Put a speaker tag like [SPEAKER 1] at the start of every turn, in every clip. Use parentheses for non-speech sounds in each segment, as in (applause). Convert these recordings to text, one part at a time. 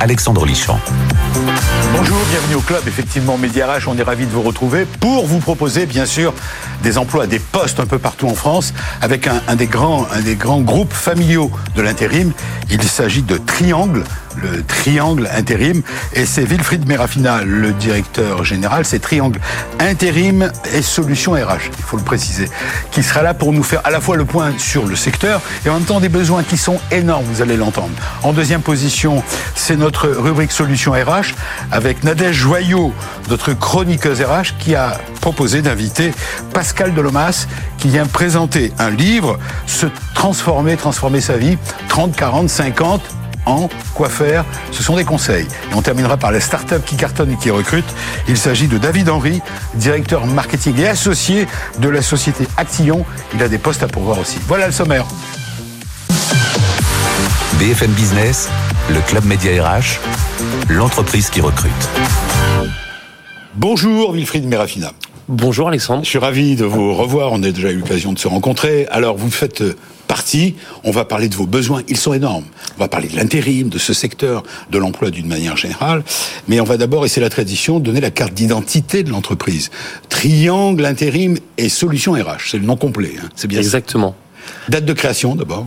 [SPEAKER 1] Alexandre Lichamp.
[SPEAKER 2] Bonjour, bienvenue au club. Effectivement, Médiarage, on est ravis de vous retrouver pour vous proposer, bien sûr, des emplois, des postes un peu partout en France, avec un, un des, grands, un des grands groupes familiaux de l'intérim. Il s'agit de Triangle, le Triangle Intérim, et c'est Wilfried Merafina, le directeur général. C'est Triangle Intérim et Solutions RH, il faut le préciser, qui sera là pour nous faire à la fois le point sur le secteur et en même temps des besoins qui sont énormes, vous allez l'entendre. En deuxième position, c'est notre rubrique Solutions RH avec Nadège Joyot, notre chroniqueuse RH, qui a proposé d'inviter Pascal Delomas, qui vient présenter un livre, Se transformer, transformer sa vie, 30, 40, 50 en quoi faire, ce sont des conseils. Et on terminera par les startups qui cartonnent et qui recrutent. Il s'agit de David Henry, directeur marketing et associé de la société Actillon. Il a des postes à pourvoir aussi. Voilà le sommaire.
[SPEAKER 1] BFM Business, le club Média RH, l'entreprise qui recrute.
[SPEAKER 2] Bonjour Wilfried Merafina.
[SPEAKER 3] Bonjour Alexandre.
[SPEAKER 2] Je suis ravi de vous revoir. On a déjà eu l'occasion de se rencontrer. Alors, vous faites partie. On va parler de vos besoins. Ils sont énormes. On va parler de l'intérim, de ce secteur, de l'emploi d'une manière générale. Mais on va d'abord, et c'est la tradition, donner la carte d'identité de l'entreprise. Triangle, intérim et solution RH. C'est le nom complet. hein. C'est bien. ça.
[SPEAKER 3] Exactement.
[SPEAKER 2] Date de création d'abord.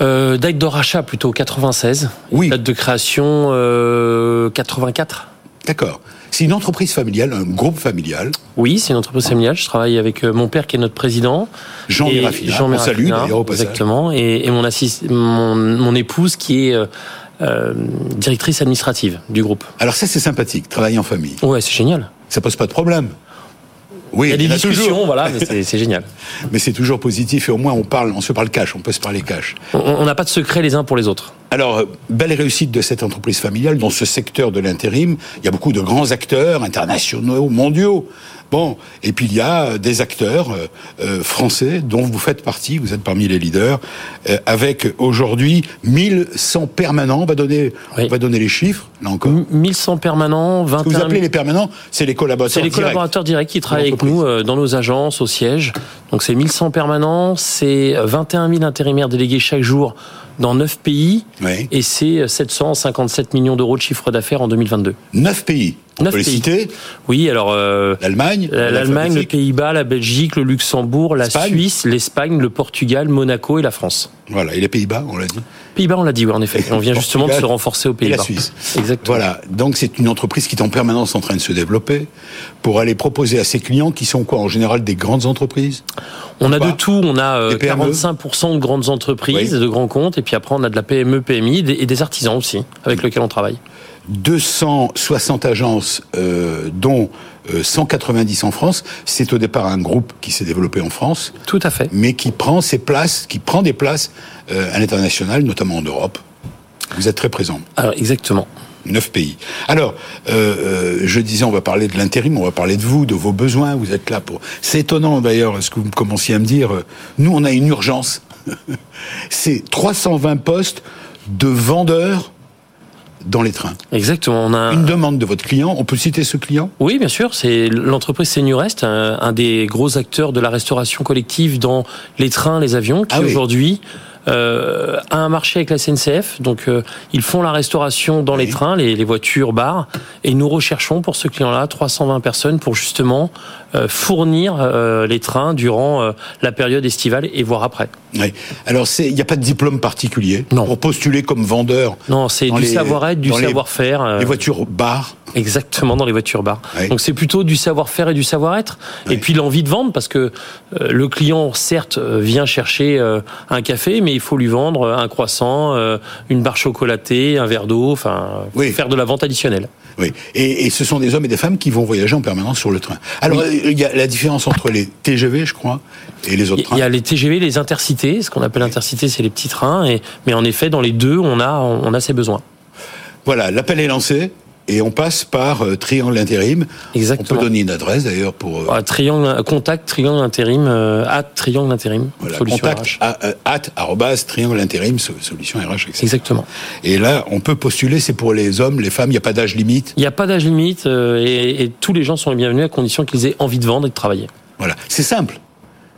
[SPEAKER 3] Euh, date de rachat plutôt 96.
[SPEAKER 2] Oui.
[SPEAKER 3] Date de création euh, 84.
[SPEAKER 2] D'accord. C'est une entreprise familiale, un groupe familial.
[SPEAKER 3] Oui, c'est une entreprise familiale. Je travaille avec euh, mon père qui est notre président.
[SPEAKER 2] Jean
[SPEAKER 3] Et
[SPEAKER 2] Mérafina.
[SPEAKER 3] Jean
[SPEAKER 2] On
[SPEAKER 3] Mérafina,
[SPEAKER 2] salue, d'ailleurs, au passage.
[SPEAKER 3] Exactement. Et, et mon, assist, mon, mon épouse qui est euh, euh, directrice administrative du groupe.
[SPEAKER 2] Alors ça, c'est sympathique. Travailler en famille.
[SPEAKER 3] Ouais, c'est génial.
[SPEAKER 2] Ça pose pas de problème. Oui,
[SPEAKER 3] Il y a des
[SPEAKER 2] il y en a
[SPEAKER 3] discussions,
[SPEAKER 2] toujours.
[SPEAKER 3] voilà, mais c'est c'est génial.
[SPEAKER 2] Mais c'est toujours positif et au moins on parle, on se parle cash, on peut se parler cash.
[SPEAKER 3] On- On n'a pas de secret les uns pour les autres.
[SPEAKER 2] Alors, euh, belle réussite de cette entreprise familiale dans ce secteur de l'intérim. Il y a beaucoup de grands acteurs internationaux, mondiaux. Bon, et puis il y a euh, des acteurs euh, euh, français dont vous faites partie, vous êtes parmi les leaders, euh, avec aujourd'hui 1100 permanents. On va donner,
[SPEAKER 3] Oui. Mmh.
[SPEAKER 2] on va donner les chiffres, là encore.
[SPEAKER 3] M- 1100 permanents,
[SPEAKER 2] Ce que vous
[SPEAKER 3] 21
[SPEAKER 2] appelez les permanents, c'est les collaborateurs.
[SPEAKER 3] C'est les
[SPEAKER 2] directs.
[SPEAKER 3] collaborateurs directs qui travaillent avec
[SPEAKER 2] l'entreprise.
[SPEAKER 3] nous euh, dans nos agences, au siège. Donc c'est 1100 permanents, c'est euh, 21 000 intérimaires délégués chaque jour dans 9 pays
[SPEAKER 2] Oui.
[SPEAKER 3] et c'est euh, 757 millions d'euros de chiffre d'affaires en 2022.
[SPEAKER 2] Neuf pays. On
[SPEAKER 3] Neuf
[SPEAKER 2] peut les
[SPEAKER 3] pays.
[SPEAKER 2] citer.
[SPEAKER 3] Oui, alors euh,
[SPEAKER 2] L'Allemagne.
[SPEAKER 3] la- l'Allemagne,
[SPEAKER 2] la
[SPEAKER 3] les Pays-Bas, la Belgique, le Luxembourg, la
[SPEAKER 2] Espagne.
[SPEAKER 3] Suisse, l'Espagne, le Portugal, Monaco et la France.
[SPEAKER 2] Voilà, et les Pays-Bas, on l'a dit.
[SPEAKER 3] Pays-Bas, on l'a dit, oui,
[SPEAKER 2] (laughs)
[SPEAKER 3] en effet.
[SPEAKER 2] Et
[SPEAKER 3] on vient
[SPEAKER 2] le
[SPEAKER 3] justement de
[SPEAKER 2] Portugal
[SPEAKER 3] se renforcer aux
[SPEAKER 2] et
[SPEAKER 3] Pays-Bas.
[SPEAKER 2] la Suisse.
[SPEAKER 3] Exactement.
[SPEAKER 2] Voilà, donc c'est une entreprise qui est en permanence en train de se développer pour aller proposer à ses clients qui sont quoi en général des grandes entreprises
[SPEAKER 3] On a
[SPEAKER 2] Pas.
[SPEAKER 3] de tout, on a euh,
[SPEAKER 2] Des PME.
[SPEAKER 3] 45% de grandes entreprises,
[SPEAKER 2] Oui.
[SPEAKER 3] de grands comptes, et puis après on a de la E, PME, PMI des- et des artisans aussi, avec lesquels on travaille.
[SPEAKER 2] 260 agences euh, dont euh, 190 en France, c'est au départ un groupe qui s'est développé en France
[SPEAKER 3] Tout à fait.
[SPEAKER 2] mais qui prend ses places, qui prend des places euh, à l'international, notamment en Europe. Vous êtes très présent.
[SPEAKER 3] Alors exactement.
[SPEAKER 2] Neuf pays. Alors, euh, euh, je disais, on va parler de l'intérim, on va parler de vous, de vos besoins. Vous êtes là pour. C'est étonnant d'ailleurs ce que vous commenciez à me dire. Euh, Nous, on a une urgence. (laughs) C'est 320 postes de vendeurs dans les trains.
[SPEAKER 3] Exactement. On a un-
[SPEAKER 2] Une demande de votre client. On peut citer ce client
[SPEAKER 3] Oui, bien sûr, c'est l'entreprise Seniorest, un, un des gros acteurs de la restauration collective dans les trains, les avions, qui
[SPEAKER 2] Ah oui.
[SPEAKER 3] aujourd'hui euh, a un marché avec la SNCF. Donc euh, ils font la restauration dans les trains, les, les voitures, bars, et nous recherchons pour ce client-là 320 personnes pour justement euh, fournir euh, les trains durant euh, la période estivale et voire après.
[SPEAKER 2] Oui. Alors, c'est- il n'y a pas de diplôme particulier
[SPEAKER 3] Non.
[SPEAKER 2] pour postuler comme vendeur.
[SPEAKER 3] Non, c'est
[SPEAKER 2] dans
[SPEAKER 3] du
[SPEAKER 2] les-
[SPEAKER 3] savoir-être, du
[SPEAKER 2] dans les-
[SPEAKER 3] savoir-faire. euh,
[SPEAKER 2] Les voitures bar.
[SPEAKER 3] Exactement dans les voitures bar.
[SPEAKER 2] Oui.
[SPEAKER 3] Donc c'est plutôt du savoir-faire et du savoir-être,
[SPEAKER 2] Oui.
[SPEAKER 3] et puis l'envie de vendre parce que euh, le client certes euh, vient chercher euh, un café, mais il faut lui vendre euh, un croissant, euh, une barre chocolatée, un verre d'eau, enfin
[SPEAKER 2] Oui.
[SPEAKER 3] faire de la vente additionnelle.
[SPEAKER 2] Oui, et, et ce sont des hommes et des femmes qui vont voyager en permanence sur le train. Alors, euh, il y a la différence entre les TGV, je crois, et les autres
[SPEAKER 3] Il y
[SPEAKER 2] trains.
[SPEAKER 3] a les TGV, les intercités, ce qu'on appelle intercités, c'est les petits trains, et, mais en effet dans les deux on a on a ces besoins.
[SPEAKER 2] Voilà, l'appel est lancé et on passe par euh, Triangle Intérim. On
[SPEAKER 3] Exactement.
[SPEAKER 2] peut donner une adresse d'ailleurs pour euh,
[SPEAKER 3] Ah, Triangle contact, triangle intérim, euh, at triangle intérim,
[SPEAKER 2] voilà,
[SPEAKER 3] solution
[SPEAKER 2] contact
[SPEAKER 3] RH.
[SPEAKER 2] à, euh, at arrobase, Triangle Intérim so- solution RH. etc.
[SPEAKER 3] Exactement.
[SPEAKER 2] Et là, on peut postuler. C'est pour les hommes, les femmes. Il n'y a pas d'âge limite.
[SPEAKER 3] Il n'y a pas d'âge limite euh, et, et tous les gens sont les bienvenus à condition qu'ils aient envie de vendre et de travailler.
[SPEAKER 2] Voilà, c'est simple.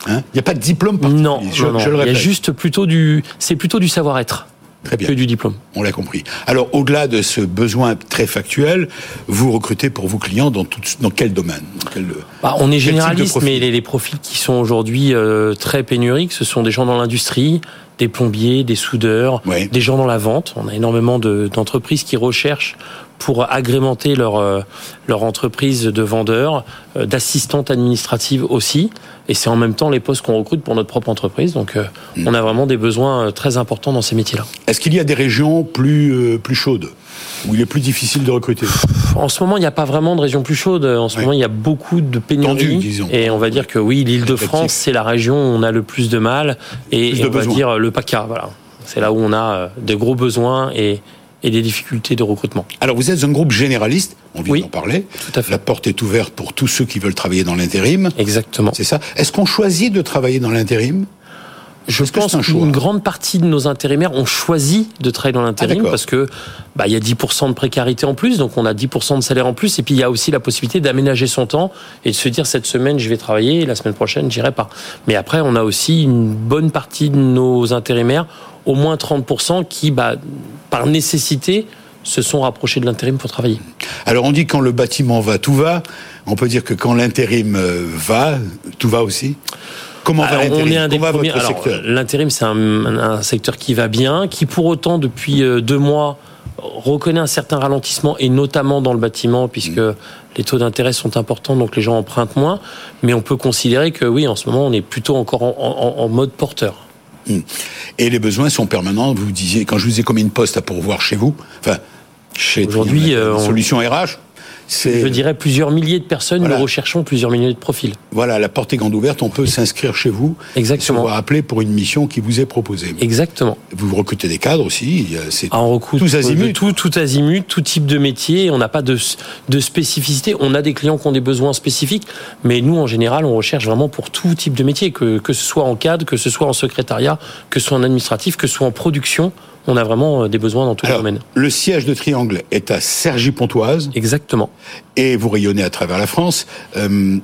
[SPEAKER 2] Hein Il n'y a pas de diplôme particulier.
[SPEAKER 3] Non,
[SPEAKER 2] je,
[SPEAKER 3] non, non.
[SPEAKER 2] je le
[SPEAKER 3] il y a
[SPEAKER 2] répète.
[SPEAKER 3] juste plutôt du, c'est plutôt du savoir-être
[SPEAKER 2] Très bien.
[SPEAKER 3] que du diplôme.
[SPEAKER 2] On l'a compris. Alors, au-delà de ce besoin très factuel, vous recrutez pour vos clients dans, tout, dans quel domaine Dans quel- euh,
[SPEAKER 3] Bah, on est
[SPEAKER 2] type de
[SPEAKER 3] généraliste,
[SPEAKER 2] profil
[SPEAKER 3] mais les, les profils qui sont aujourd'hui euh, très pénuriques, ce sont des gens dans l'industrie, des plombiers, des soudeurs,
[SPEAKER 2] Ouais.
[SPEAKER 3] des gens dans la vente. On a énormément de- d'entreprises qui recherchent pour agrémenter leur euh, leur entreprise de vendeurs, euh, d'assistantes administratives aussi. Et c'est en même temps les postes qu'on recrute pour notre propre entreprise. Donc, euh,
[SPEAKER 2] Mm.
[SPEAKER 3] on a vraiment des besoins euh, très importants dans ces métiers-là.
[SPEAKER 2] Est-ce qu'il y a des régions plus, euh, plus chaudes où il est plus difficile de recruter
[SPEAKER 3] En ce moment, il n'y a pas vraiment de région plus chaude. En ce
[SPEAKER 2] Oui.
[SPEAKER 3] moment, il y a beaucoup de
[SPEAKER 2] Tendu,
[SPEAKER 3] pénuries.
[SPEAKER 2] disons.
[SPEAKER 3] Et on va dire que oui, l'Île-de-France, c'est la région où on a le plus de mal. Et,
[SPEAKER 2] Plus
[SPEAKER 3] et
[SPEAKER 2] de
[SPEAKER 3] on va
[SPEAKER 2] besoins.
[SPEAKER 3] dire euh, le PACA. Voilà. C'est là où on a euh, des gros besoins et, et des difficultés de recrutement.
[SPEAKER 2] Alors, vous êtes un groupe généraliste, on vient
[SPEAKER 3] Oui,
[SPEAKER 2] d'en parler.
[SPEAKER 3] tout à fait.
[SPEAKER 2] La porte est ouverte pour tous ceux qui veulent travailler dans l'intérim.
[SPEAKER 3] Exactement.
[SPEAKER 2] C'est ça. Est-ce qu'on choisit de travailler dans l'intérim
[SPEAKER 3] Je
[SPEAKER 2] Est-ce que
[SPEAKER 3] pense
[SPEAKER 2] c'est un choix
[SPEAKER 3] qu'une grande partie de nos intérimaires ont choisi de travailler dans
[SPEAKER 2] Ah,
[SPEAKER 3] l'intérim
[SPEAKER 2] d'accord.
[SPEAKER 3] parce que bah, il y a 10% de précarité en plus, donc on a 10% de salaire en plus, et puis il y a aussi la possibilité d'aménager son temps et de se dire cette semaine je vais travailler, et la semaine prochaine j'irai pas. Mais après on a aussi une bonne partie de nos intérimaires, au moins 30%, qui bah, par nécessité se sont rapprochés de l'intérim pour travailler.
[SPEAKER 2] Alors, on dit quand le bâtiment va, tout va. On peut dire que quand l'intérim euh, va, tout va aussi. Comment va
[SPEAKER 3] Alors,
[SPEAKER 2] Ah, l'intérim
[SPEAKER 3] on est un des
[SPEAKER 2] Comment va
[SPEAKER 3] premiers.
[SPEAKER 2] votre
[SPEAKER 3] alors, euh,
[SPEAKER 2] secteur
[SPEAKER 3] L'intérim, c'est un, un secteur qui va bien, qui pour autant, depuis euh, deux mois, reconnaît un certain ralentissement, et notamment dans le bâtiment, puisque
[SPEAKER 2] Mm.
[SPEAKER 3] les taux d'intérêt sont importants, donc les gens empruntent moins. Mais on peut considérer que oui, en ce moment, on est plutôt encore en, en- en mode porteur.
[SPEAKER 2] Et les besoins sont permanents. Vous disiez, quand je vous ai combien de postes à pourvoir chez vous Enfin, chez
[SPEAKER 3] Aujourd'hui, euh, on-
[SPEAKER 2] Solution RH, c'est
[SPEAKER 3] Je dirais plusieurs milliers de personnes,
[SPEAKER 2] Voilà.
[SPEAKER 3] nous recherchons plusieurs milliers de profils.
[SPEAKER 2] voilà la porte est grande ouverte. On peut s'inscrire chez vous,
[SPEAKER 3] Exactement.
[SPEAKER 2] se voir appeler pour une mission qui vous est proposée.
[SPEAKER 3] Exactement.
[SPEAKER 2] Vous recrutez des cadres aussi. il y a- C'est
[SPEAKER 3] Ah, on recrute
[SPEAKER 2] Tous azimuts.
[SPEAKER 3] de tout, tout azimut, tout type de métier. On n'a pas de, de spécificité. On a des clients qui ont des besoins spécifiques, mais nous, en général, on recherche vraiment pour tout type de métier, que, que ce soit en cadre, que ce soit en secrétariat, que ce soit en administratif, que ce soit en production. On a vraiment euh, des besoins dans tous les
[SPEAKER 2] Alors,
[SPEAKER 3] domaines.
[SPEAKER 2] le siège de Triangle est à Cergy-Pontoise
[SPEAKER 3] Exactement.
[SPEAKER 2] et vous rayonnez à travers la France. Euh,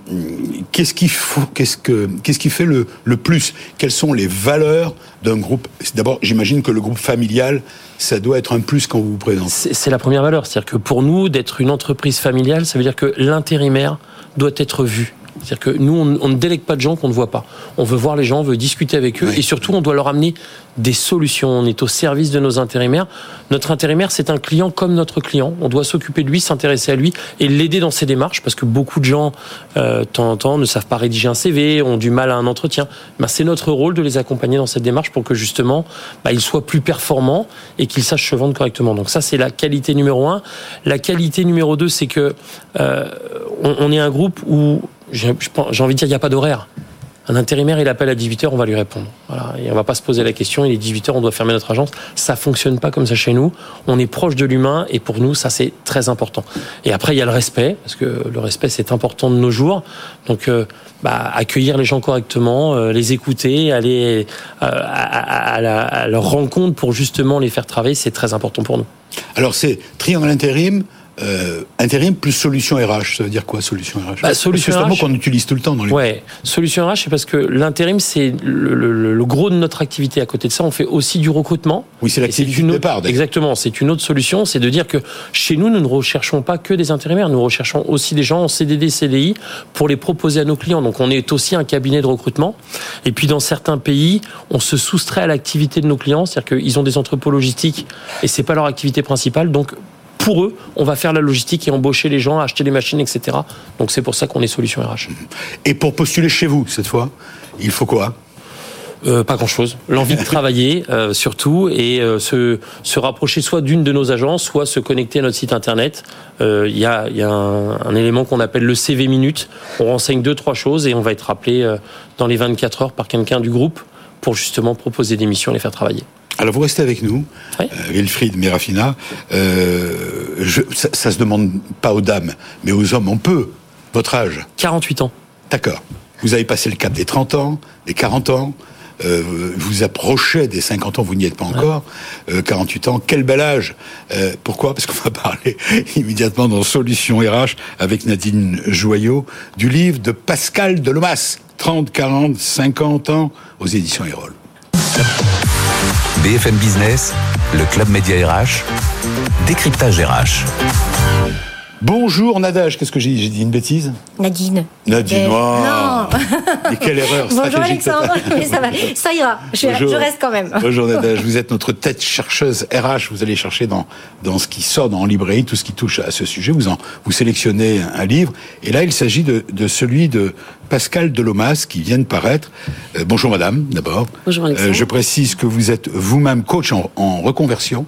[SPEAKER 2] qu'est-ce qui faut- qu'est-ce que qu'est-ce qui fait le le plus Quelles sont les valeurs d'un groupe D'abord, j'imagine que le groupe familial, ça doit être un plus quand vous vous présentez.
[SPEAKER 3] C'est c'est la première valeur. C'est-à-dire que pour nous, d'être une entreprise familiale, ça veut dire que l'intérimaire doit être vu. C'est-à-dire que nous, on, on ne délègue pas de gens qu'on ne voit pas. On veut voir les gens, on veut discuter avec eux
[SPEAKER 2] Oui.
[SPEAKER 3] et surtout, on doit leur amener des solutions. On est au service de nos intérimaires. Notre intérimaire, c'est un client comme notre client. On doit s'occuper de lui, s'intéresser à lui et l'aider dans ses démarches parce que beaucoup de gens, euh, de temps en temps, ne savent pas rédiger un CV, ont du mal à un entretien. Ben, c'est notre rôle de les accompagner dans cette démarche pour que justement, bah, ils soient plus performants et qu'ils sachent se vendre correctement. Donc ça, c'est la qualité numéro un. La qualité numéro deux, c'est que euh, on, on est un groupe où j'ai je pense- j'ai envie de dire, il n'y a pas d'horaire. Un intérimaire, il appelle à 18h, on va lui répondre. Voilà. Et on va pas se poser la question, il est 18h, on doit fermer notre agence. Ça fonctionne pas comme ça chez nous. On est proche de l'humain et pour nous, ça c'est très important. Et après, il y a le respect, parce que le respect c'est important de nos jours. Donc, euh, bah, accueillir les gens correctement, euh, les écouter, aller euh, à, à- à la- à leur rencontre pour justement les faire travailler, c'est très important pour nous.
[SPEAKER 2] Alors c'est triangle intérim, euh, intérim plus solution RH. Ça veut dire quoi solution RH
[SPEAKER 3] Bah,
[SPEAKER 2] Parce
[SPEAKER 3] solution
[SPEAKER 2] que
[SPEAKER 3] RH.
[SPEAKER 2] C'est un mot qu'on utilise tout le temps dans les.
[SPEAKER 3] Ouais, solution RH, c'est parce que l'intérim, c'est le, le- le gros de notre activité. À côté de ça, on fait aussi du recrutement.
[SPEAKER 2] Oui, c'est
[SPEAKER 3] Et
[SPEAKER 2] l'activité
[SPEAKER 3] une
[SPEAKER 2] de
[SPEAKER 3] autre-
[SPEAKER 2] départ. d'ailleurs.
[SPEAKER 3] Exactement, c'est une autre solution, c'est de dire que chez nous, nous ne recherchons pas que des intérimaires, nous recherchons aussi des gens en CDD, CDI pour les proposer à nos clients. Donc on est aussi un cabinet de recrutement. Et puis dans certains pays, on se soustrait à l'activité de nos clients, c'est-à-dire qu'ils ont des entrepôts logistiques et c'est pas leur activité principale. Donc pour eux, on va faire la logistique et embaucher les gens, acheter des machines, etc. Donc c'est pour ça qu'on est solution RH.
[SPEAKER 2] Et pour postuler chez vous cette fois, il faut quoi
[SPEAKER 3] Euh, pas grand-chose. L'envie de travailler euh, surtout et euh, se, se rapprocher soit d'une de nos agences, soit se connecter à notre site internet. Euh, Il y a, il y a un, un élément qu'on appelle le CV Minute. On renseigne deux, trois choses et on va être rappelé euh, dans les 24 heures par quelqu'un du groupe pour justement proposer des missions et les faire travailler.
[SPEAKER 2] Alors vous restez avec nous,
[SPEAKER 3] Oui.
[SPEAKER 2] euh, Wilfried Merafina. Euh, je- ça, ça se demande pas aux dames, mais aux hommes on peut. Votre âge,
[SPEAKER 3] 48 ans.
[SPEAKER 2] d'accord. Vous avez passé le cap des 30 ans, des 40 ans. euh, vous approchez des 50 ans, vous n'y êtes pas encore, euh, 48 ans, quel bel âge Euh, Pourquoi Parce qu'on va (laughs) parler immédiatement dans Solutions RH avec Nadine Joyot du livre de Pascal Delomas, 30, 40, 50 ans aux éditions Erol.
[SPEAKER 1] BFM Business, le club média RH, décryptage RH.
[SPEAKER 2] Bonjour Nadage, qu'est-ce que j'ai dit J'ai dit une bêtise
[SPEAKER 4] Nadine.
[SPEAKER 2] Nadine,
[SPEAKER 4] Eh,
[SPEAKER 2] oh.
[SPEAKER 4] Non
[SPEAKER 2] Et quelle erreur
[SPEAKER 4] Bonjour
[SPEAKER 2] stratégique
[SPEAKER 4] Alexandre,
[SPEAKER 2] totale.
[SPEAKER 4] Mais (laughs) ça, va. ça ira, je,
[SPEAKER 2] Bonjour.
[SPEAKER 4] je reste quand même.
[SPEAKER 2] Bonjour Nadège, vous êtes notre tête chercheuse RH, vous allez chercher dans, dans ce qui sort dans en librairie, tout ce qui touche à ce sujet, vous, en, vous sélectionnez un livre, et là il s'agit de, de celui de Pascal Delomas qui vient de paraître. Euh, bonjour madame, d'abord. Euh,
[SPEAKER 5] Bonjour, Alexandre.
[SPEAKER 2] je précise que vous êtes vous-même coach en, en reconversion,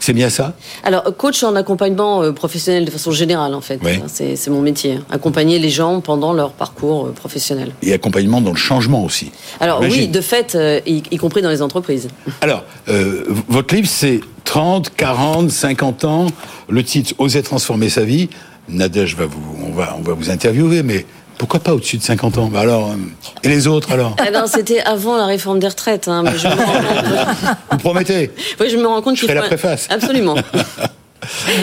[SPEAKER 2] c'est bien ça
[SPEAKER 5] Alors, coach en accompagnement euh, professionnel de façon générale, en fait. Hein,
[SPEAKER 2] Oui.
[SPEAKER 5] C'est c'est mon métier. Accompagner les gens pendant leur parcours euh, professionnel.
[SPEAKER 2] Et accompagnement dans le changement aussi.
[SPEAKER 5] Alors,
[SPEAKER 2] J'imagine.
[SPEAKER 5] oui, de fait, euh, y, y compris dans les entreprises.
[SPEAKER 2] Alors, euh, v- votre livre, c'est 30, 40, 50 ans. Le titre Oser transformer sa vie. Nadège, va vous, on, va, on va vous interviewer, mais pourquoi pas au-dessus de 50 ans Bah alors, euh, Et les autres, alors
[SPEAKER 5] Ah non, c'était avant la réforme des retraites. Hein, mais
[SPEAKER 2] (laughs)
[SPEAKER 5] je me rends compte,
[SPEAKER 2] Vous
[SPEAKER 4] (laughs)
[SPEAKER 2] promettez
[SPEAKER 5] oui, je me rends compte
[SPEAKER 2] Je
[SPEAKER 5] qu'il
[SPEAKER 2] ferai la
[SPEAKER 5] faut-
[SPEAKER 2] préface. (laughs)
[SPEAKER 5] Absolument.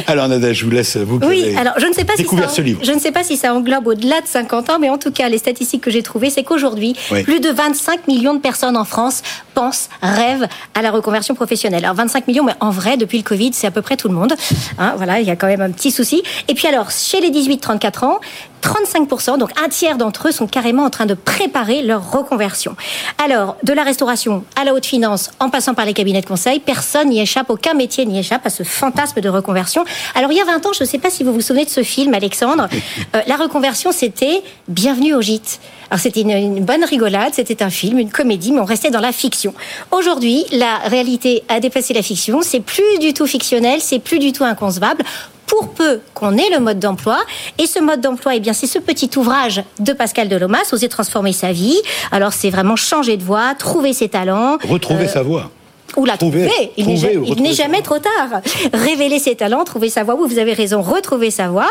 [SPEAKER 2] Alors, Nadège, je vous laisse. Vous qui
[SPEAKER 4] Oui,
[SPEAKER 2] avez
[SPEAKER 4] alors je ne sais pas si ça,
[SPEAKER 2] découvert ce livre.
[SPEAKER 4] je ne sais pas si ça englobe au-delà de 50 ans, mais en tout cas les statistiques que j'ai trouvées, c'est qu'aujourd'hui
[SPEAKER 2] Oui.
[SPEAKER 4] plus de 25 millions de personnes en France pensent, rêvent à la reconversion professionnelle. Alors 25 millions, mais en vrai depuis le Covid, c'est à peu près tout le monde. Hein, voilà, il y a quand même un petit souci. Et puis alors chez les 18-34 ans, 35%, donc un tiers d'entre eux sont carrément en train de préparer leur reconversion. Alors, de la restauration à la haute finance, en passant par les cabinets de conseil, personne n'y échappe, aucun métier n'y échappe à ce fantasme de reconversion. Alors, il y a 20 ans, je ne sais pas si vous vous souvenez de ce film, Alexandre, euh, la reconversion, c'était Bienvenue au gîte. Alors, c'était une, une bonne rigolade, c'était un film, une comédie, mais on restait dans la fiction. Aujourd'hui, la réalité a dépassé la fiction, c'est plus du tout fictionnel, c'est plus du tout inconcevable pour peu qu'on ait le mode d'emploi. Et ce mode d'emploi, eh bien, c'est ce petit ouvrage de Pascal Delomas, Oser transformer sa vie. Alors, c'est vraiment changer de voie, trouver ses talents.
[SPEAKER 2] Retrouver sa voix.
[SPEAKER 4] Ou la
[SPEAKER 2] Trouver,
[SPEAKER 4] trouver. Il n'est
[SPEAKER 2] trouver
[SPEAKER 4] jamais,
[SPEAKER 2] ou
[SPEAKER 4] il
[SPEAKER 2] retrouver
[SPEAKER 4] n'est
[SPEAKER 2] sa
[SPEAKER 4] jamais trop tard. Révéler ses talents, trouver sa voix. Oui, vous avez raison, retrouver sa voix.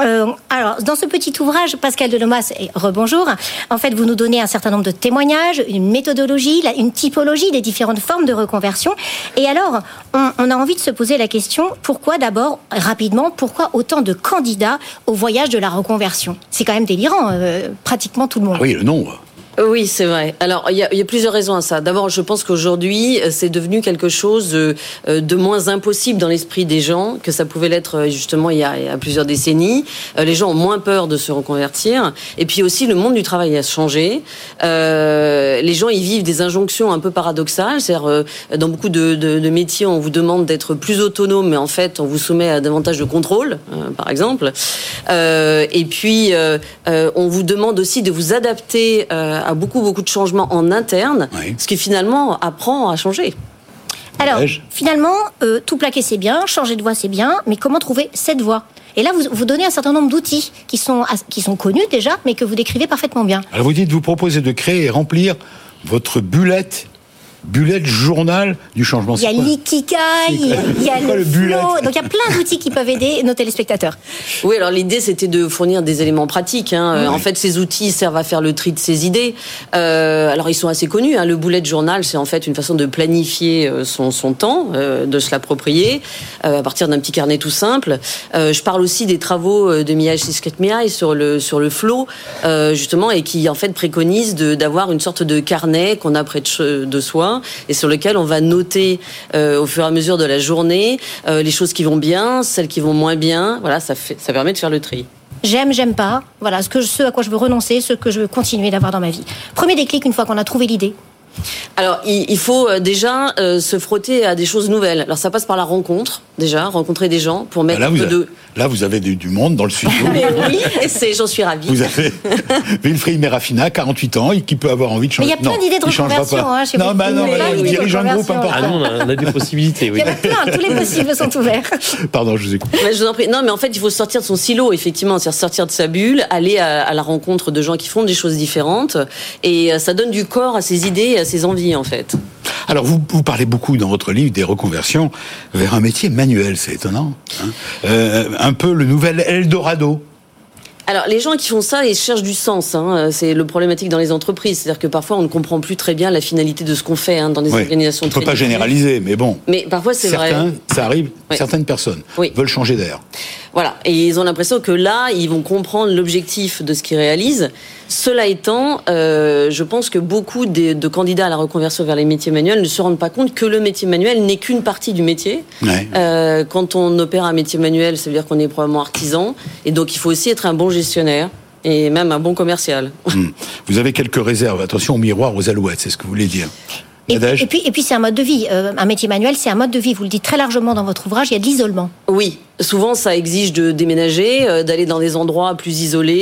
[SPEAKER 4] Euh, alors, dans ce petit ouvrage, Pascal Delomas, et rebonjour, en fait, vous nous donnez un certain nombre de témoignages, une méthodologie, la- une typologie des différentes formes de reconversion. Et alors, on, on a envie de se poser la question, pourquoi d'abord, rapidement, pourquoi autant de candidats au voyage de la reconversion C'est quand même délirant, euh, pratiquement tout le monde.
[SPEAKER 2] Ah Oui, le nombre.
[SPEAKER 5] Oui, c'est vrai. Alors, il y, a- il y a plusieurs raisons à ça. D'abord, je pense qu'aujourd'hui, euh, c'est devenu quelque chose euh, euh, de moins impossible dans l'esprit des gens que ça pouvait l'être euh, justement il y, a, il y a plusieurs décennies. Euh, Les gens ont moins peur de se reconvertir. Et puis aussi, le monde du travail a changé. Euh, les gens y vivent des injonctions un peu paradoxales. C'est-à-dire, euh, dans beaucoup de, de- de métiers, on vous demande d'être plus autonome, mais en fait, on vous soumet à davantage de contrôle, euh, par exemple. Euh, et puis, euh, euh, on vous demande aussi de vous adapter euh, à beaucoup, beaucoup de changements en interne,
[SPEAKER 2] Oui.
[SPEAKER 5] ce qui finalement apprend à changer.
[SPEAKER 4] Alors,
[SPEAKER 2] Dommage.
[SPEAKER 4] finalement, euh, tout plaquer, c'est bien, changer de voie, c'est bien, mais comment trouver cette voie Et là, vous, vous donnez un certain nombre d'outils qui sont, as- qui sont connus déjà, mais que vous décrivez parfaitement bien.
[SPEAKER 2] Alors, vous dites, vous proposez de créer et remplir votre bullette, bullette journal du changement.
[SPEAKER 4] Il y a
[SPEAKER 2] C'est quoi
[SPEAKER 4] l'ikigai, il y a
[SPEAKER 2] C'est quoi
[SPEAKER 4] le
[SPEAKER 2] le bullet
[SPEAKER 4] flow, donc il y a plein d'outils qui peuvent aider nos téléspectateurs.
[SPEAKER 5] Oui, alors l'idée c'était de fournir des éléments pratiques. Hein. Euh, En fait, ces outils servent à faire le tri de ces idées. Euh, alors ils sont assez connus. Hein. Le bullet journal, c'est en fait une façon de planifier euh, son, son temps, euh, de se l'approprier euh, à partir d'un petit carnet tout simple. Euh, je parle aussi des travaux euh, de Miyaj Csikszentmihalyi sur le sur le flow euh, justement et qui en fait préconise de- d'avoir une sorte de carnet qu'on a près de, che- de soi et sur lequel on va noter euh, au fur et à mesure de la journée euh, les choses qui vont bien, celles qui vont moins bien. Voilà, ça fait ça permet de faire le tri.
[SPEAKER 4] J'aime, j'aime pas, voilà, ce, que, je- ce à quoi je veux renoncer, ce que je veux continuer d'avoir dans ma vie. Premier déclic, une fois qu'on a trouvé l'idée,
[SPEAKER 5] Alors, il, il faut euh, déjà euh, se frotter à des choses nouvelles. Alors, ça passe par la rencontre, déjà, rencontrer des gens pour
[SPEAKER 2] Ah,
[SPEAKER 5] mettre
[SPEAKER 2] là,
[SPEAKER 5] un
[SPEAKER 2] vous
[SPEAKER 5] peu
[SPEAKER 2] avez,
[SPEAKER 5] de...
[SPEAKER 2] là, vous avez du, du monde dans le
[SPEAKER 4] (laughs)
[SPEAKER 2] studio. (laughs)
[SPEAKER 5] Mais oui, et c'est, j'en suis ravie.
[SPEAKER 2] Vous avez Wilfried Merafina, 48 ans, et qui peut avoir envie de changer.
[SPEAKER 4] Mais il y a plein
[SPEAKER 2] Non,
[SPEAKER 4] d'idées de
[SPEAKER 2] il changera
[SPEAKER 4] reconversion,
[SPEAKER 2] pas.
[SPEAKER 4] hein, chez
[SPEAKER 2] Non,
[SPEAKER 4] Wilfried.
[SPEAKER 2] bah non,
[SPEAKER 4] Il y a
[SPEAKER 2] bah
[SPEAKER 4] plein
[SPEAKER 2] non,
[SPEAKER 4] d'idées de
[SPEAKER 2] dirigeant de groupe
[SPEAKER 4] reconversion.
[SPEAKER 2] important.
[SPEAKER 3] Ah non, on a, on a des possibilités,
[SPEAKER 4] il
[SPEAKER 3] oui.
[SPEAKER 4] y en a plein, tous les possibles sont ouverts.
[SPEAKER 2] Pardon, je vous écoute.
[SPEAKER 5] Ouais, je vous en prie. Non, mais en fait, il faut sortir de son silo, effectivement, c'est-à-dire sortir de sa bulle, aller à, à la rencontre de gens qui font des choses différentes, et euh, ça donne du corps à ses idées et à ses envies, en fait.
[SPEAKER 2] Alors, vous, vous parlez beaucoup dans votre livre des reconversions vers un métier manuel, c'est étonnant. hein. Euh, un peu le nouvel Eldorado.
[SPEAKER 5] Alors, les gens qui font ça, ils cherchent du sens. Hein. C'est le problématique dans les entreprises. C'est-à-dire que parfois, on ne comprend plus très bien la finalité de ce qu'on fait hein, dans des
[SPEAKER 2] Oui.
[SPEAKER 5] organisations.
[SPEAKER 2] On ne peut
[SPEAKER 5] très
[SPEAKER 2] pas
[SPEAKER 5] différentes.
[SPEAKER 2] généraliser, mais bon.
[SPEAKER 5] Mais parfois, c'est vrai.
[SPEAKER 2] Certains, ça arrive,
[SPEAKER 5] Oui.
[SPEAKER 2] certaines personnes
[SPEAKER 5] Oui.
[SPEAKER 2] veulent changer d'air.
[SPEAKER 5] Voilà, et ils ont l'impression que là, ils vont comprendre l'objectif de ce qu'ils réalisent. Cela étant, euh, je pense que beaucoup des- de, candidats à la reconversion vers les métiers manuels ne se rendent pas compte que le métier manuel n'est qu'une partie du métier.
[SPEAKER 2] Ouais.
[SPEAKER 5] Euh, quand on opère un métier manuel, ça veut dire qu'on est probablement artisan, et donc il faut aussi être un bon gestionnaire et même un bon commercial. (laughs)
[SPEAKER 2] Hmm. Vous avez quelques réserves. Attention au miroir, aux alouettes, c'est ce que vous voulez dire.
[SPEAKER 4] Et,
[SPEAKER 2] Nadège
[SPEAKER 4] et puis, et puis c'est un mode de vie. Euh, un métier manuel, c'est un mode de vie. Vous le dites très largement dans votre ouvrage, il y a de l'isolement.
[SPEAKER 5] Oui, souvent ça exige de déménager, euh, d'aller dans des endroits plus isolés,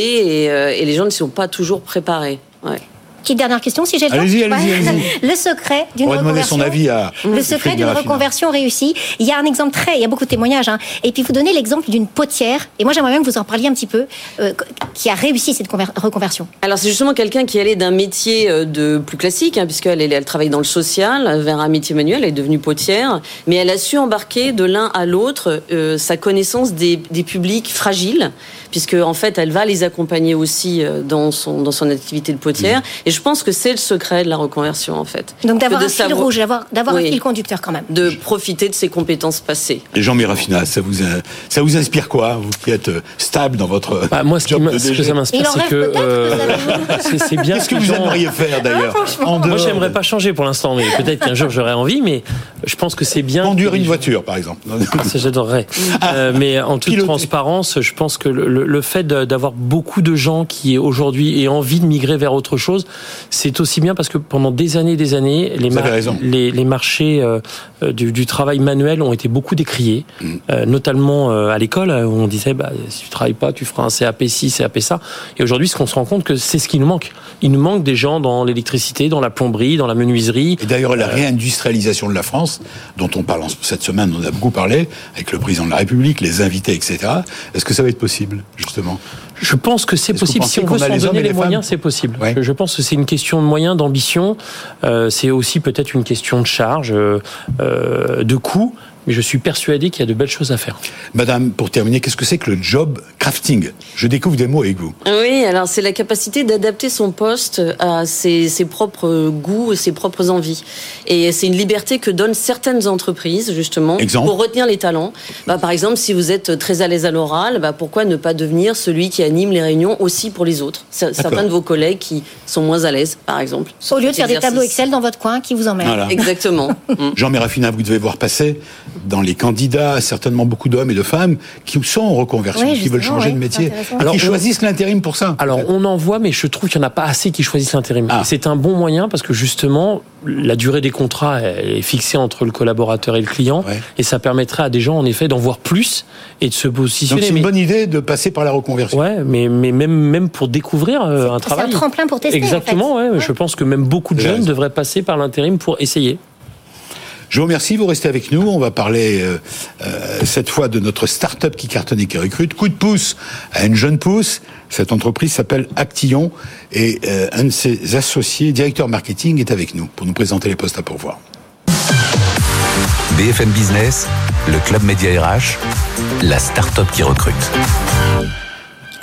[SPEAKER 5] et, euh, et les gens ne sont pas toujours préparés. Ouais.
[SPEAKER 4] Petite dernière question, si j'ai le temps.
[SPEAKER 2] Allez-y, allez-y, allez-y.
[SPEAKER 4] (laughs) Le secret d'une
[SPEAKER 2] On va demander
[SPEAKER 4] reconversion.
[SPEAKER 2] son avis Mmh, à.
[SPEAKER 4] Le secret d'une reconversion réussie. Il y a un exemple très, il y a beaucoup de témoignages. hein. Et puis vous donnez l'exemple d'une potière. Et moi j'aimerais bien que vous en parliez un petit peu, euh, qui a réussi cette conver- reconversion.
[SPEAKER 5] Alors c'est justement quelqu'un qui allait d'un métier euh, de plus classique, hein, puisqu'elle elle, elle travaille dans le social, euh, vers un métier manuel, elle est devenue potière, mais elle a su embarquer de l'un à l'autre euh, sa connaissance des, des publics fragiles, puisque en fait elle va les accompagner aussi euh, dans son dans son activité de potière. Et je pense que c'est le secret de la reconversion en fait,
[SPEAKER 4] Donc
[SPEAKER 5] Que
[SPEAKER 4] d'avoir
[SPEAKER 5] de
[SPEAKER 4] un fil
[SPEAKER 5] savoir-
[SPEAKER 4] rouge, d'avoir d'avoir
[SPEAKER 5] Oui.
[SPEAKER 4] un fil conducteur quand même.
[SPEAKER 5] de profiter de ses compétences passées.
[SPEAKER 2] Et Jean Mérafina, ça vous, euh, ça vous inspire quoi Vous qui êtes euh, stable dans votre.
[SPEAKER 3] Bah, moi, ce, qui
[SPEAKER 2] job
[SPEAKER 3] m'in-
[SPEAKER 2] de
[SPEAKER 3] ce que
[SPEAKER 2] DG.
[SPEAKER 3] ça
[SPEAKER 4] Il
[SPEAKER 3] m'inspire,
[SPEAKER 4] en
[SPEAKER 3] c'est
[SPEAKER 4] rêve
[SPEAKER 3] que
[SPEAKER 4] peut-être,
[SPEAKER 3] euh,
[SPEAKER 4] vous
[SPEAKER 3] (laughs)
[SPEAKER 4] savez.
[SPEAKER 3] c'est c'est bien
[SPEAKER 2] Qu'est-ce que
[SPEAKER 3] les
[SPEAKER 2] vous
[SPEAKER 3] gens-
[SPEAKER 2] aimeriez faire d'ailleurs En
[SPEAKER 3] Moi,
[SPEAKER 2] dehors
[SPEAKER 3] j'aimerais
[SPEAKER 2] de-
[SPEAKER 3] pas changer pour l'instant, mais peut-être qu'un jour j'aurai envie. Mais je pense que c'est bien.
[SPEAKER 2] Conduire
[SPEAKER 3] que-
[SPEAKER 2] une voiture, par exemple.
[SPEAKER 3] Ah, ça, j'adorerais. Euh, mais en toute
[SPEAKER 2] Piloter.
[SPEAKER 3] transparence, je pense que le, le- le fait de- d'avoir beaucoup de gens qui aujourd'hui aient envie de migrer vers autre chose, c'est aussi bien parce que pendant des années et des années, les,
[SPEAKER 2] Vous avez raison.
[SPEAKER 3] les, les marchés euh, euh, du, du travail manuel ont été beaucoup décriés,
[SPEAKER 2] Mm.
[SPEAKER 3] euh, notamment euh, à l'école euh, où on disait bah, si tu travailles pas, tu feras un CAP ci, CAP ça. Et aujourd'hui, ce qu'on se rend compte que c'est ce qui nous manque. Il nous manque des gens dans l'électricité, dans la plomberie, dans la menuiserie,
[SPEAKER 2] Et d'ailleurs, la réindustrialisation de la France, dont on parle en- cette semaine, on en a beaucoup parlé, avec le président de la République, les invités, etc. Est-ce que ça va être possible, justement
[SPEAKER 3] Je pense que c'est
[SPEAKER 2] Est-ce que
[SPEAKER 3] possible.
[SPEAKER 2] vous
[SPEAKER 3] Si
[SPEAKER 2] pensez
[SPEAKER 3] on veut
[SPEAKER 2] qu'on a
[SPEAKER 3] s'en
[SPEAKER 2] les hommes
[SPEAKER 3] donner
[SPEAKER 2] et
[SPEAKER 3] les,
[SPEAKER 2] les
[SPEAKER 3] moyens,
[SPEAKER 2] femmes
[SPEAKER 3] c'est possible.
[SPEAKER 2] Ouais.
[SPEAKER 3] Je- Je pense que c'est une question de moyens, d'ambition. Euh, c'est aussi peut-être une question de charge, euh, euh, de coût. Mais je suis persuadé qu'il y a de belles choses à faire.
[SPEAKER 2] Madame, pour terminer, qu'est-ce que c'est que le job crafting Je découvre des mots avec vous.
[SPEAKER 5] Oui, alors c'est la capacité d'adapter son poste à ses, ses propres goûts et ses propres envies. Et c'est une liberté que donnent certaines entreprises, justement,
[SPEAKER 2] Exemple
[SPEAKER 5] pour retenir les talents. Bah, par exemple, si vous êtes très à l'aise à l'oral, bah, pourquoi ne pas devenir celui qui anime les réunions aussi pour les autres Cer- Certains de vos collègues qui sont moins à l'aise, par exemple. sur
[SPEAKER 4] Au lieu de
[SPEAKER 5] cet
[SPEAKER 4] faire des
[SPEAKER 5] exercice.
[SPEAKER 4] tableaux Excel dans votre coin qui vous emmènent.
[SPEAKER 2] Voilà. (laughs)
[SPEAKER 5] Exactement. Mm.
[SPEAKER 2] Jean Mérafina, vous devez voir passer dans les candidats certainement beaucoup d'hommes et de femmes qui sont en reconversion,
[SPEAKER 4] Oui,
[SPEAKER 2] qui veulent
[SPEAKER 4] justement,
[SPEAKER 2] changer
[SPEAKER 4] oui,
[SPEAKER 2] de métier,
[SPEAKER 4] c'est intéressant.
[SPEAKER 2] et
[SPEAKER 3] Alors,
[SPEAKER 2] qui
[SPEAKER 3] on-
[SPEAKER 2] choisissent l'intérim pour ça.
[SPEAKER 3] Alors, on en voit, mais je trouve qu'il n'y en a pas assez qui choisissent l'intérim.
[SPEAKER 2] Ah.
[SPEAKER 3] Et C'est un bon moyen parce que justement, la durée des contrats elle est fixée entre le collaborateur et le client.
[SPEAKER 2] Ouais.
[SPEAKER 3] Et ça permettrait à des gens, en effet, d'en voir plus et de se
[SPEAKER 2] Donc
[SPEAKER 3] positionner.
[SPEAKER 2] c'est une
[SPEAKER 3] Mais-
[SPEAKER 2] bonne idée de passer par la reconversion.
[SPEAKER 3] Ouais, mais, mais même, même pour découvrir euh, un
[SPEAKER 4] C'est un
[SPEAKER 3] travail.
[SPEAKER 4] tremplin pour tester. en fait.
[SPEAKER 3] Exactement, ouais, Je pense que même beaucoup de
[SPEAKER 2] Vous avez
[SPEAKER 3] jeunes
[SPEAKER 2] raison.
[SPEAKER 3] devraient passer par l'intérim pour essayer.
[SPEAKER 2] Je vous remercie, vous restez avec nous. On va parler euh, euh, cette fois de notre start-up qui cartonne et qui recrute. Coup de pouce à une jeune pousse. Cette entreprise s'appelle Actillon et euh, un de ses associés, directeur marketing, est avec nous pour nous présenter les postes à pourvoir.
[SPEAKER 1] BFM Business, le club média RH, la start-up qui recrute.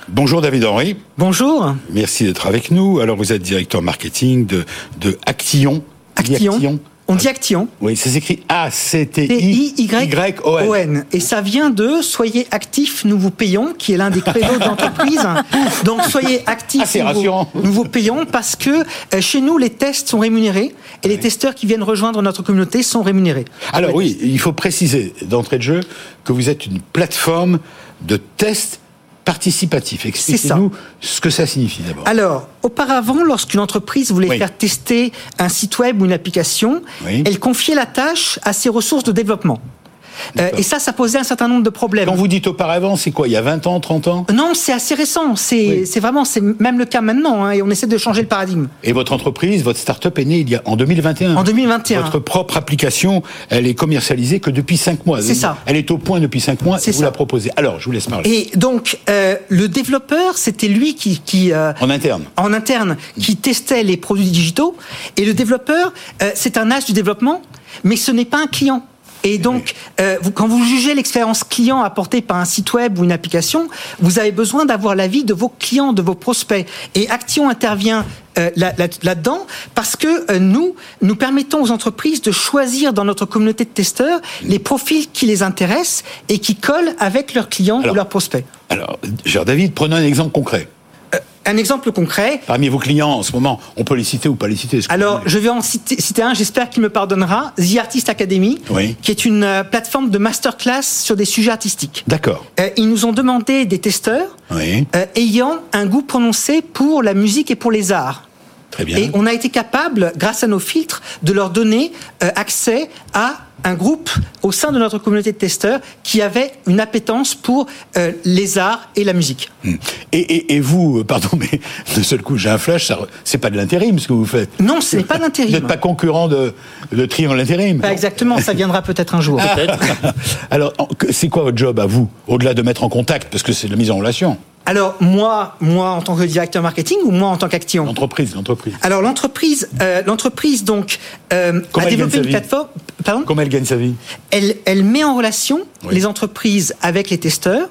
[SPEAKER 2] Bonjour David Henry.
[SPEAKER 6] Bonjour.
[SPEAKER 2] Merci d'être avec nous. Alors, vous êtes directeur marketing de, de Actillon.
[SPEAKER 6] Actillon. On dit Action.
[SPEAKER 2] Oui, ça s'écrit Euh, A-C-T-I-Y-O-N.
[SPEAKER 6] T-I-Y-O-N. Et ça vient de Soyez actifs, nous vous payons, qui est l'un des credos de l'entreprise.
[SPEAKER 2] (laughs)
[SPEAKER 6] Donc soyez
[SPEAKER 2] Ah,
[SPEAKER 6] actifs,
[SPEAKER 2] c'est
[SPEAKER 6] nous, vous,
[SPEAKER 2] rassurant.
[SPEAKER 6] nous vous payons, parce que euh, chez nous, les tests sont rémunérés et les testeurs qui viennent rejoindre notre communauté sont rémunérés.
[SPEAKER 2] Alors, oui, il faut préciser d'entrée de jeu que vous êtes une plateforme de tests participatifs. Expliquez-nous ce que ça signifie d'abord.
[SPEAKER 6] Alors, auparavant, lorsqu'une entreprise voulait
[SPEAKER 2] Oui.
[SPEAKER 6] faire tester un site web ou une application,
[SPEAKER 2] Oui.
[SPEAKER 6] elle confiait la tâche à ses ressources de développement. Euh,
[SPEAKER 2] D'accord.
[SPEAKER 6] et ça, ça posait un certain nombre de problèmes.
[SPEAKER 2] Quand vous dites auparavant, c'est quoi Il y a 20 ans, 30 ans
[SPEAKER 6] Non, c'est assez récent. C'est
[SPEAKER 2] Oui.
[SPEAKER 6] c'est vraiment, c'est même le cas maintenant, hein, et on essaie de changer le paradigme.
[SPEAKER 2] Et votre entreprise, votre start-up est née il y a, en 2021.
[SPEAKER 6] En 2021.
[SPEAKER 2] Votre propre application, elle est commercialisée que depuis 5 mois.
[SPEAKER 6] C'est ça.
[SPEAKER 2] Elle est au point depuis 5 mois et
[SPEAKER 6] C'est
[SPEAKER 2] vous
[SPEAKER 6] ça.
[SPEAKER 2] la proposez. Alors, je vous laisse parler.
[SPEAKER 6] Et donc, euh, le développeur, c'était lui qui, qui euh,
[SPEAKER 2] En interne.
[SPEAKER 6] en interne, qui testait les produits digitaux. Et le développeur, euh, c'est un âge du développement, mais ce n'est pas un client. Et donc, euh, vous- quand vous jugez l'expérience client apportée par un site web ou une application, vous avez besoin d'avoir l'avis de vos clients, de vos prospects. Et Action intervient euh, là- là- là-dedans parce que euh, nous, nous permettons aux entreprises de choisir dans notre communauté de testeurs les profils qui les intéressent et qui collent avec leurs clients
[SPEAKER 2] Alors,
[SPEAKER 6] ou leurs prospects.
[SPEAKER 2] Alors, cher David, prenons un exemple concret.
[SPEAKER 6] Un exemple concret,
[SPEAKER 2] Parmi vos clients en ce moment, on peut les citer ou pas les citer. ce que
[SPEAKER 6] Alors,
[SPEAKER 2] vous voulez.
[SPEAKER 6] je vais en citer, citer un, j'espère qu'il me pardonnera, The Artist Academy,
[SPEAKER 2] Oui.
[SPEAKER 6] qui est une euh, plateforme de masterclass sur des sujets artistiques.
[SPEAKER 2] D'accord.
[SPEAKER 6] Euh, ils nous ont demandé des testeurs
[SPEAKER 2] Oui,
[SPEAKER 6] euh, ayant un goût prononcé pour la musique et pour les arts.
[SPEAKER 2] très bien.
[SPEAKER 6] Et on a été capable, grâce à nos filtres, de leur donner euh, accès à un groupe au sein de notre communauté de testeurs qui avait une appétence pour euh, les arts et la musique.
[SPEAKER 2] Hmm. Et, et- et vous, euh, pardon, mais (laughs) de seul coup, j'ai un flash, ça re- c'est pas de l'intérim ce que vous faites.
[SPEAKER 6] Non,
[SPEAKER 2] (laughs)
[SPEAKER 6] ce n'est pas
[SPEAKER 2] Vous
[SPEAKER 6] d'intérim.
[SPEAKER 2] n'êtes pas concurrent de, de Triangle Intérim.
[SPEAKER 6] Pas exactement, ça viendra peut-être un jour.
[SPEAKER 4] (laughs)
[SPEAKER 2] Alors, en- que- c'est quoi votre job à vous, au-delà de mettre en contact, parce que c'est de la mise en relation
[SPEAKER 6] Alors moi, moi en tant que directeur marketing ou moi en tant qu'action
[SPEAKER 2] L'entreprise, l'entreprise.
[SPEAKER 6] Alors l'entreprise, euh, l'entreprise donc euh,
[SPEAKER 2] Comment
[SPEAKER 6] a
[SPEAKER 2] elle
[SPEAKER 6] développé
[SPEAKER 2] gagne
[SPEAKER 6] une
[SPEAKER 2] sa vie
[SPEAKER 6] plateforme. Pardon
[SPEAKER 2] Comment elle gagne sa vie
[SPEAKER 6] elle, elle met en relation
[SPEAKER 2] Oui. Mhm.
[SPEAKER 6] les entreprises avec les testeurs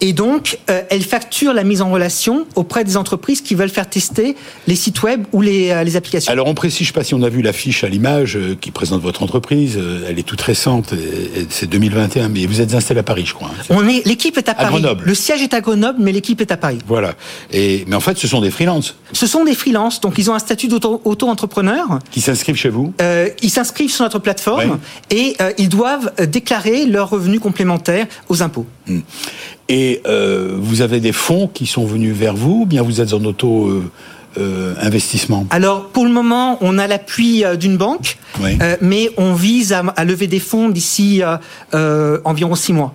[SPEAKER 6] et donc euh, elle facture la mise en relation auprès des entreprises qui veulent faire tester les sites web ou les, euh, les applications.
[SPEAKER 2] Alors, on précise, je sais pas si on a vu l'affiche à l'image euh, qui présente votre entreprise. euh, Elle est toute récente, et- et c'est 2021, mais vous êtes installé à Paris, je crois. hein.
[SPEAKER 6] On est, l'équipe est à, Paris.
[SPEAKER 2] Grenoble.
[SPEAKER 6] Le siège est à Grenoble, mais l'équipe est à Paris.
[SPEAKER 2] Voilà. Et, mais en fait, ce sont des freelances
[SPEAKER 6] Ce sont des freelances, donc ils ont un statut d'auto- auto-entrepreneur.
[SPEAKER 2] qui s'inscrivent chez vous.
[SPEAKER 6] Euh, ils s'inscrivent sur notre plateforme et euh, ils doivent euh, déclarer leurs revenus complémentaires aux impôts.
[SPEAKER 2] Et euh, vous avez des fonds qui sont venus vers vous, ou bien vous êtes en euh, auto-investissement
[SPEAKER 6] Alors pour le moment, on a l'appui euh, d'une banque,
[SPEAKER 2] Oui.
[SPEAKER 6] euh, mais on vise à, à lever des fonds d'ici euh, euh, environ six mois.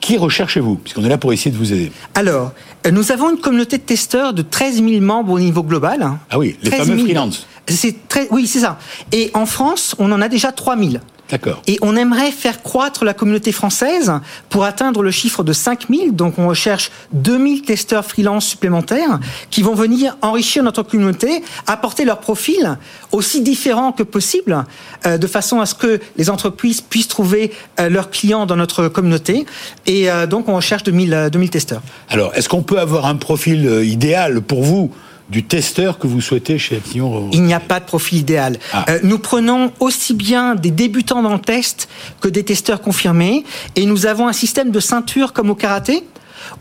[SPEAKER 2] Qui recherchez-vous Puisqu'on est là pour essayer de vous aider.
[SPEAKER 6] Alors, euh, nous avons une communauté de testeurs de 13 000 membres au niveau global.
[SPEAKER 2] Ah oui, les
[SPEAKER 6] 13
[SPEAKER 2] fameux
[SPEAKER 6] 000.
[SPEAKER 2] freelance.
[SPEAKER 6] C'est très, oui, c'est ça. Et en France, on en a déjà 3 000.
[SPEAKER 2] D'accord.
[SPEAKER 6] Et on aimerait faire croître la communauté française pour atteindre le chiffre de 5000. Donc on recherche 2000 testeurs freelance supplémentaires qui vont venir enrichir notre communauté, apporter leur profil aussi différent que possible, euh, de façon à ce que les entreprises puissent trouver euh, leurs clients dans notre communauté. Et euh, donc on recherche 2000, euh, 2000 testeurs.
[SPEAKER 2] Alors, est-ce qu'on peut avoir un profil euh, idéal pour vous du testeur que vous souhaitez chez Action
[SPEAKER 6] Il n'y a pas de profil idéal.
[SPEAKER 2] Ah.
[SPEAKER 6] Euh, nous prenons aussi bien des débutants dans le test que des testeurs confirmés. Et nous avons un système de ceinture comme au karaté,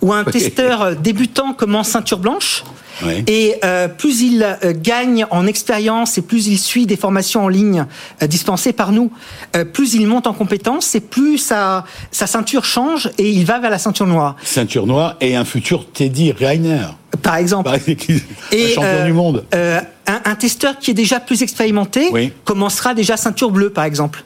[SPEAKER 6] où un testeur euh, débutant commence ceinture blanche.
[SPEAKER 2] Oui.
[SPEAKER 6] Et euh, plus il euh, gagne en expérience et plus il suit des formations en ligne euh, dispensées par nous, euh, plus il monte en compétence et plus sa, sa ceinture change et il va vers la ceinture noire,
[SPEAKER 2] Ceinture noire et un futur Teddy Reiner,
[SPEAKER 6] par exemple.
[SPEAKER 2] par exemple, un
[SPEAKER 6] Et,
[SPEAKER 2] champion
[SPEAKER 6] euh,
[SPEAKER 2] du monde.
[SPEAKER 6] euh, un, un testeur qui est déjà plus expérimenté
[SPEAKER 2] Bah. Oui.
[SPEAKER 6] commencera déjà ceinture bleue, par exemple.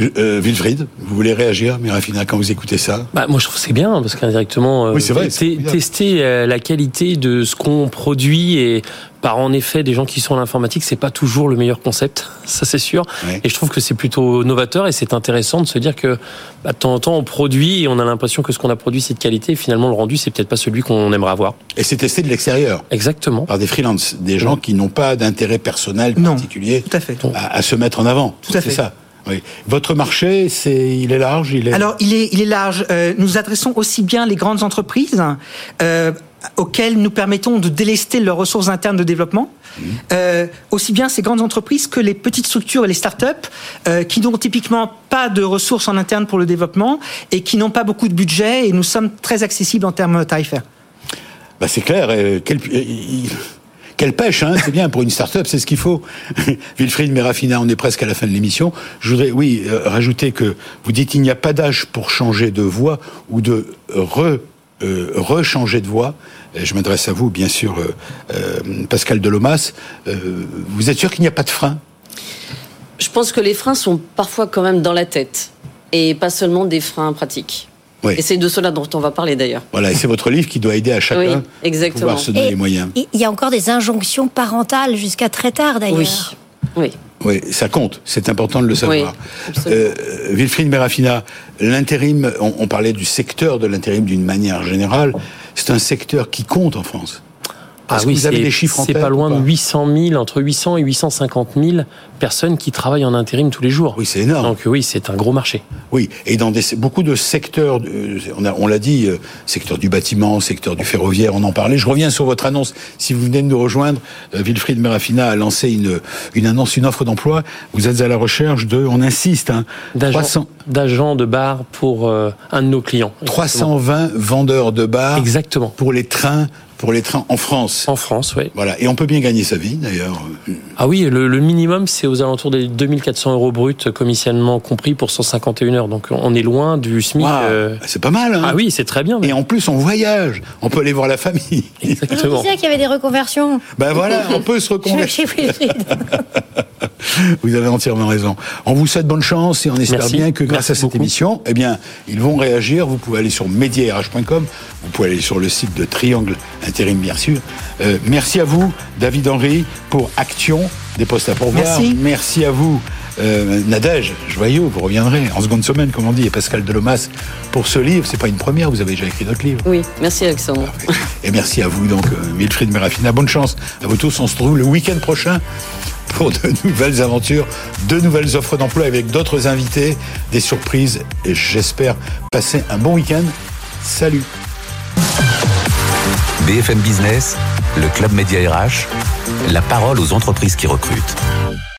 [SPEAKER 2] Euh, Wilfried, vous voulez réagir, Mirafina, quand vous écoutez ça
[SPEAKER 3] Bah, moi, je trouve que c'est bien parce qu'indirectement, euh,
[SPEAKER 2] Oui, c'est vrai,
[SPEAKER 3] te-
[SPEAKER 2] c'est formidable.
[SPEAKER 3] tester euh, la qualité de ce qu'on produit et par en effet des gens qui sont à l'informatique, c'est pas toujours le meilleur concept, (laughs) ça c'est sûr.
[SPEAKER 2] Ouais.
[SPEAKER 3] Et je trouve que c'est plutôt novateur et c'est intéressant de se dire que bah, de temps en temps on produit et on a l'impression que ce qu'on a produit c'est de qualité. Et finalement, le rendu c'est peut-être pas celui qu'on aimerait avoir.
[SPEAKER 2] Et c'est testé de l'extérieur
[SPEAKER 3] Exactement.
[SPEAKER 2] par des freelances, des gens qui n'ont pas d'intérêt personnel
[SPEAKER 6] Non,
[SPEAKER 2] particulier
[SPEAKER 6] tout à fait.
[SPEAKER 2] À, à se mettre en avant.
[SPEAKER 6] Tout à
[SPEAKER 2] C'est
[SPEAKER 6] fait.
[SPEAKER 2] ça. Oui. Votre marché, c'est il est large, il est
[SPEAKER 6] Alors, il est, il est large. Euh, nous adressons aussi bien les grandes entreprises euh, auxquelles nous permettons de délester leurs ressources internes de développement, euh, aussi bien ces grandes entreprises que les petites structures et les start-up euh, qui n'ont typiquement pas de ressources en interne pour le développement et qui n'ont pas beaucoup de budget. Et nous sommes très accessibles en termes tarifaires.
[SPEAKER 2] Bah, c'est clair. euh, quelle, euh, il- quelle pêche, hein, c'est bien pour une start-up, c'est ce qu'il faut. (laughs) Wilfried Mérafina, on est presque à la fin de l'émission. Je voudrais, oui, euh, rajouter que vous dites il n'y a pas d'âge pour changer de voie ou de re, euh, rechanger de voie. Et je m'adresse à vous, bien sûr, euh, euh, Pascal Delomas. Euh, vous êtes sûr qu'il n'y a pas de frein
[SPEAKER 5] Je pense que les freins sont parfois quand même dans la tête et pas seulement des freins pratiques.
[SPEAKER 2] Oui.
[SPEAKER 5] Et c'est de cela dont on va parler d'ailleurs.
[SPEAKER 2] Voilà, et c'est votre livre qui doit aider à chacun
[SPEAKER 5] Oui, exactement.
[SPEAKER 2] à pouvoir se donner les moyens.
[SPEAKER 4] il il y a encore des injonctions parentales jusqu'à très tard d'ailleurs.
[SPEAKER 5] Oui. Oui.
[SPEAKER 2] Oui, ça compte. C'est important de le savoir.
[SPEAKER 5] absolument.
[SPEAKER 2] euh, Wilfried Merafina, l'intérim, on, on parlait du secteur de l'intérim d'une manière générale. C'est un secteur qui compte en France. Parce
[SPEAKER 3] ah
[SPEAKER 2] que
[SPEAKER 3] oui,
[SPEAKER 2] vous avez
[SPEAKER 3] c'est-
[SPEAKER 2] des chiffres en
[SPEAKER 3] C'est
[SPEAKER 2] tête
[SPEAKER 3] pas
[SPEAKER 2] ou
[SPEAKER 3] loin
[SPEAKER 2] pas
[SPEAKER 3] de 800 000, entre 800 et 850 000 personnes qui travaillent en intérim tous les jours.
[SPEAKER 2] Oui, c'est énorme.
[SPEAKER 3] Donc oui, c'est un gros marché.
[SPEAKER 2] Oui, et dans des, beaucoup de secteurs, euh, on a- on l'a dit, euh, secteur du bâtiment, secteur du ferroviaire, on en parlait. Je reviens sur votre annonce. Si vous venez de nous rejoindre, euh, Wilfried Merafina a lancé une, une annonce, une offre d'emploi. Vous êtes à la recherche de, on insiste, hein,
[SPEAKER 3] D'agents
[SPEAKER 2] 300,
[SPEAKER 3] d'agents de bar pour euh, un de nos clients. Exactement.
[SPEAKER 2] 320 vendeurs de bars
[SPEAKER 3] Exactement.
[SPEAKER 2] pour les trains, pour les trains en France.
[SPEAKER 3] En France, oui.
[SPEAKER 2] Voilà, et on peut bien gagner sa vie d'ailleurs.
[SPEAKER 3] Ah oui, le, le minimum, c'est aux alentours des 2400 euros bruts, commissionnement compris, pour 151 heures. Donc on est loin du SMIC.
[SPEAKER 2] Waouh,
[SPEAKER 3] euh,
[SPEAKER 2] C'est pas mal. Hein
[SPEAKER 3] Ah oui, c'est très bien.
[SPEAKER 2] Et en plus, on voyage. On peut aller voir la famille.
[SPEAKER 4] Je vous
[SPEAKER 3] Exactement.
[SPEAKER 4] disais qu'il y avait des reconversions.
[SPEAKER 2] ben voilà, on peut se
[SPEAKER 4] Je vais
[SPEAKER 2] reconvertir.
[SPEAKER 4] chez Wilfried.
[SPEAKER 2] Vous avez entièrement raison. On vous souhaite bonne chance et on espère
[SPEAKER 3] Merci.
[SPEAKER 2] bien que grâce
[SPEAKER 3] Merci
[SPEAKER 2] à cette
[SPEAKER 3] beaucoup.
[SPEAKER 2] émission, eh bien, ils vont réagir. Vous pouvez aller sur mediarh.com, vous pouvez aller sur le site de Triangle Intérim, bien sûr. Euh, merci à vous, David Henry, pour Action des postes à pourvoir.
[SPEAKER 6] Merci.
[SPEAKER 2] Merci à vous, euh, Nadège Joyeux, vous reviendrez en seconde semaine, comme on dit, et Pascal Delomas pour ce livre. C'est pas une première, vous avez déjà écrit d'autres livres.
[SPEAKER 5] Oui, merci Alexandre.
[SPEAKER 2] Et merci à vous, donc, euh, Wilfried Merafina. Bonne chance à vous tous. On se retrouve le week-end prochain pour de (laughs) nouvelles aventures, de nouvelles offres d'emploi avec d'autres invités, des surprises. Et j'espère passer un bon week-end. Salut
[SPEAKER 1] BFM Business, le club Média RH, la parole aux entreprises qui recrutent.